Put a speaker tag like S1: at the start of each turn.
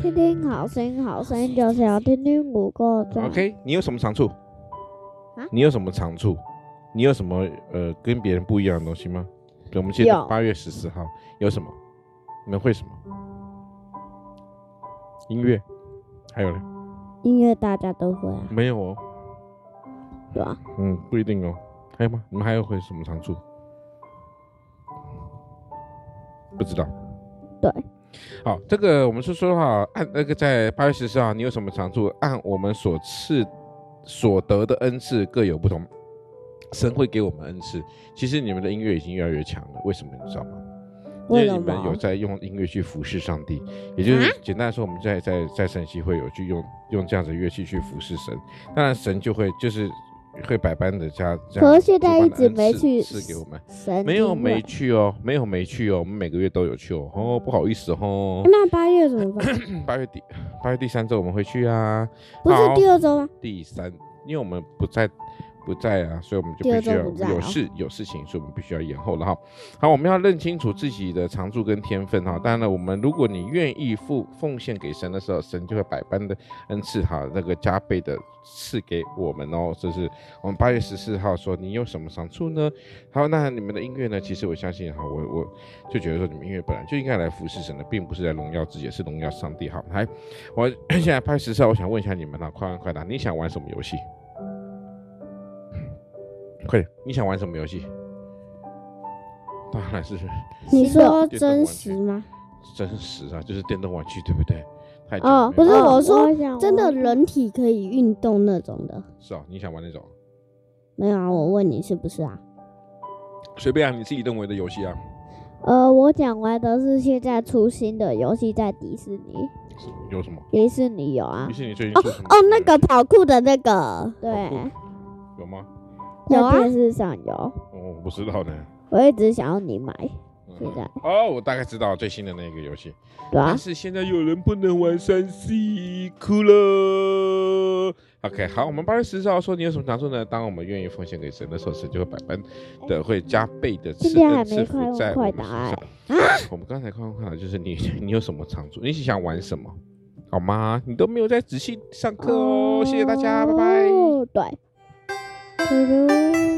S1: 听听好声音，好声音就是要听听不够赞。
S2: OK，你有什么长处？你有什么长处？你有什么呃跟别人不一样的东西吗？我们现在
S1: 有
S2: 八月十四号有什么？你们会什么？音乐，还有呢？
S1: 音乐大家都会啊，
S2: 没有哦，
S1: 对吧？
S2: 嗯，不一定哦。还有吗？你们还有会什么长处？不知道。
S1: 对，
S2: 好，这个我们是说好，按那个在八月十四号，你有什么长处？按我们所赐所得的恩赐各有不同，神会给我们恩赐。其实你们的音乐已经越来越强了，为什么你知道吗？因
S1: 为
S2: 为
S1: 什
S2: 你们有
S1: 么？啊
S2: 在用音乐去服侍上帝，也就是简单来说，我们在在在神习会有去用用这样子的乐器去服侍神，当然神就会就是会百般的加。这样
S1: 可是现在
S2: 主
S1: 一
S2: 观的
S1: 直
S2: 恩
S1: 没
S2: 赐
S1: 去
S2: 赐给我们，
S1: 神
S2: 没有
S1: 经
S2: 没
S1: 问
S2: 去哦，没有没去哦，我们每个月都有去哦，哦不好意思哦。
S1: 那八月怎么办？
S2: 八月底， 八月第三周我们会去啊。
S1: 不是
S2: 好
S1: 第二周吗？
S2: 第三，因为我们不在不在啊，所以我们就
S1: 第二
S2: 必须要
S1: 周不在
S2: 有
S1: 哦
S2: 事有事情，所以我们必须要延后了哈。好，我们要认清楚自己的长处跟天分哈。当然了，我们如果你愿意付奉献给神的时候，神就会百般的恩赐哈，那个加倍的赐给我们哦。这是我们八月十四号说你有什么长处呢？好，那你们的音乐呢？其实我相信哈，我我就觉得说你们音乐本来就应该来服侍神的，并不是来荣耀自己，是荣耀上帝。好，来，我现在拍十四号，我想问一下你们啊，快问快答，你想玩什么游戏？ 快点，你想玩什么游戏？当然是
S1: 你说
S2: 电动
S1: 真
S2: 玩
S1: 实
S2: 具
S1: 吗？
S2: 真实啊，就是电动玩具，对不对？太久
S1: 哦
S2: 没
S1: 不
S2: 有
S1: 是
S2: 玩
S1: 我说
S3: 想
S1: 真的
S3: 问
S1: 人体可以运动那种的？
S2: 是哦，你想玩那种
S1: 没有啊，我问你是不是啊？
S2: 随便啊，你自己认为的游戏啊，
S1: 呃，我讲玩的是现在出新的游戏，在迪士尼，
S2: 有什么？
S1: 迪士尼有啊
S2: 迪。士尼最近出什么？
S1: 哦，那个跑酷的那个，对，
S2: 哦有吗？
S1: 在
S3: 有啊
S1: 电视上有。
S2: 哦，我不知道呢。
S1: 我一直想要你买，
S2: 嗯
S1: 现在
S2: 哦，我大概知道最新的那个游戏，
S1: 对啊
S2: 但，是现在有人不能玩三 C，哭了。OK，好，我
S1: 嗯
S2: 们八月十四号说你有什么长处呢？当我们愿意奉献给神的时候，神就会百般的会加倍的赐
S1: 今天还
S2: 恩
S1: 没
S2: 赐福在我
S1: 快问快
S2: 们身
S1: 答啊
S2: 上。我们刚才看看了，就是你你有什么长处？你是想玩什么？好吗？你都没有在
S1: 哦
S2: 仔细上课哦，谢谢大家，拜拜。
S1: 哦对。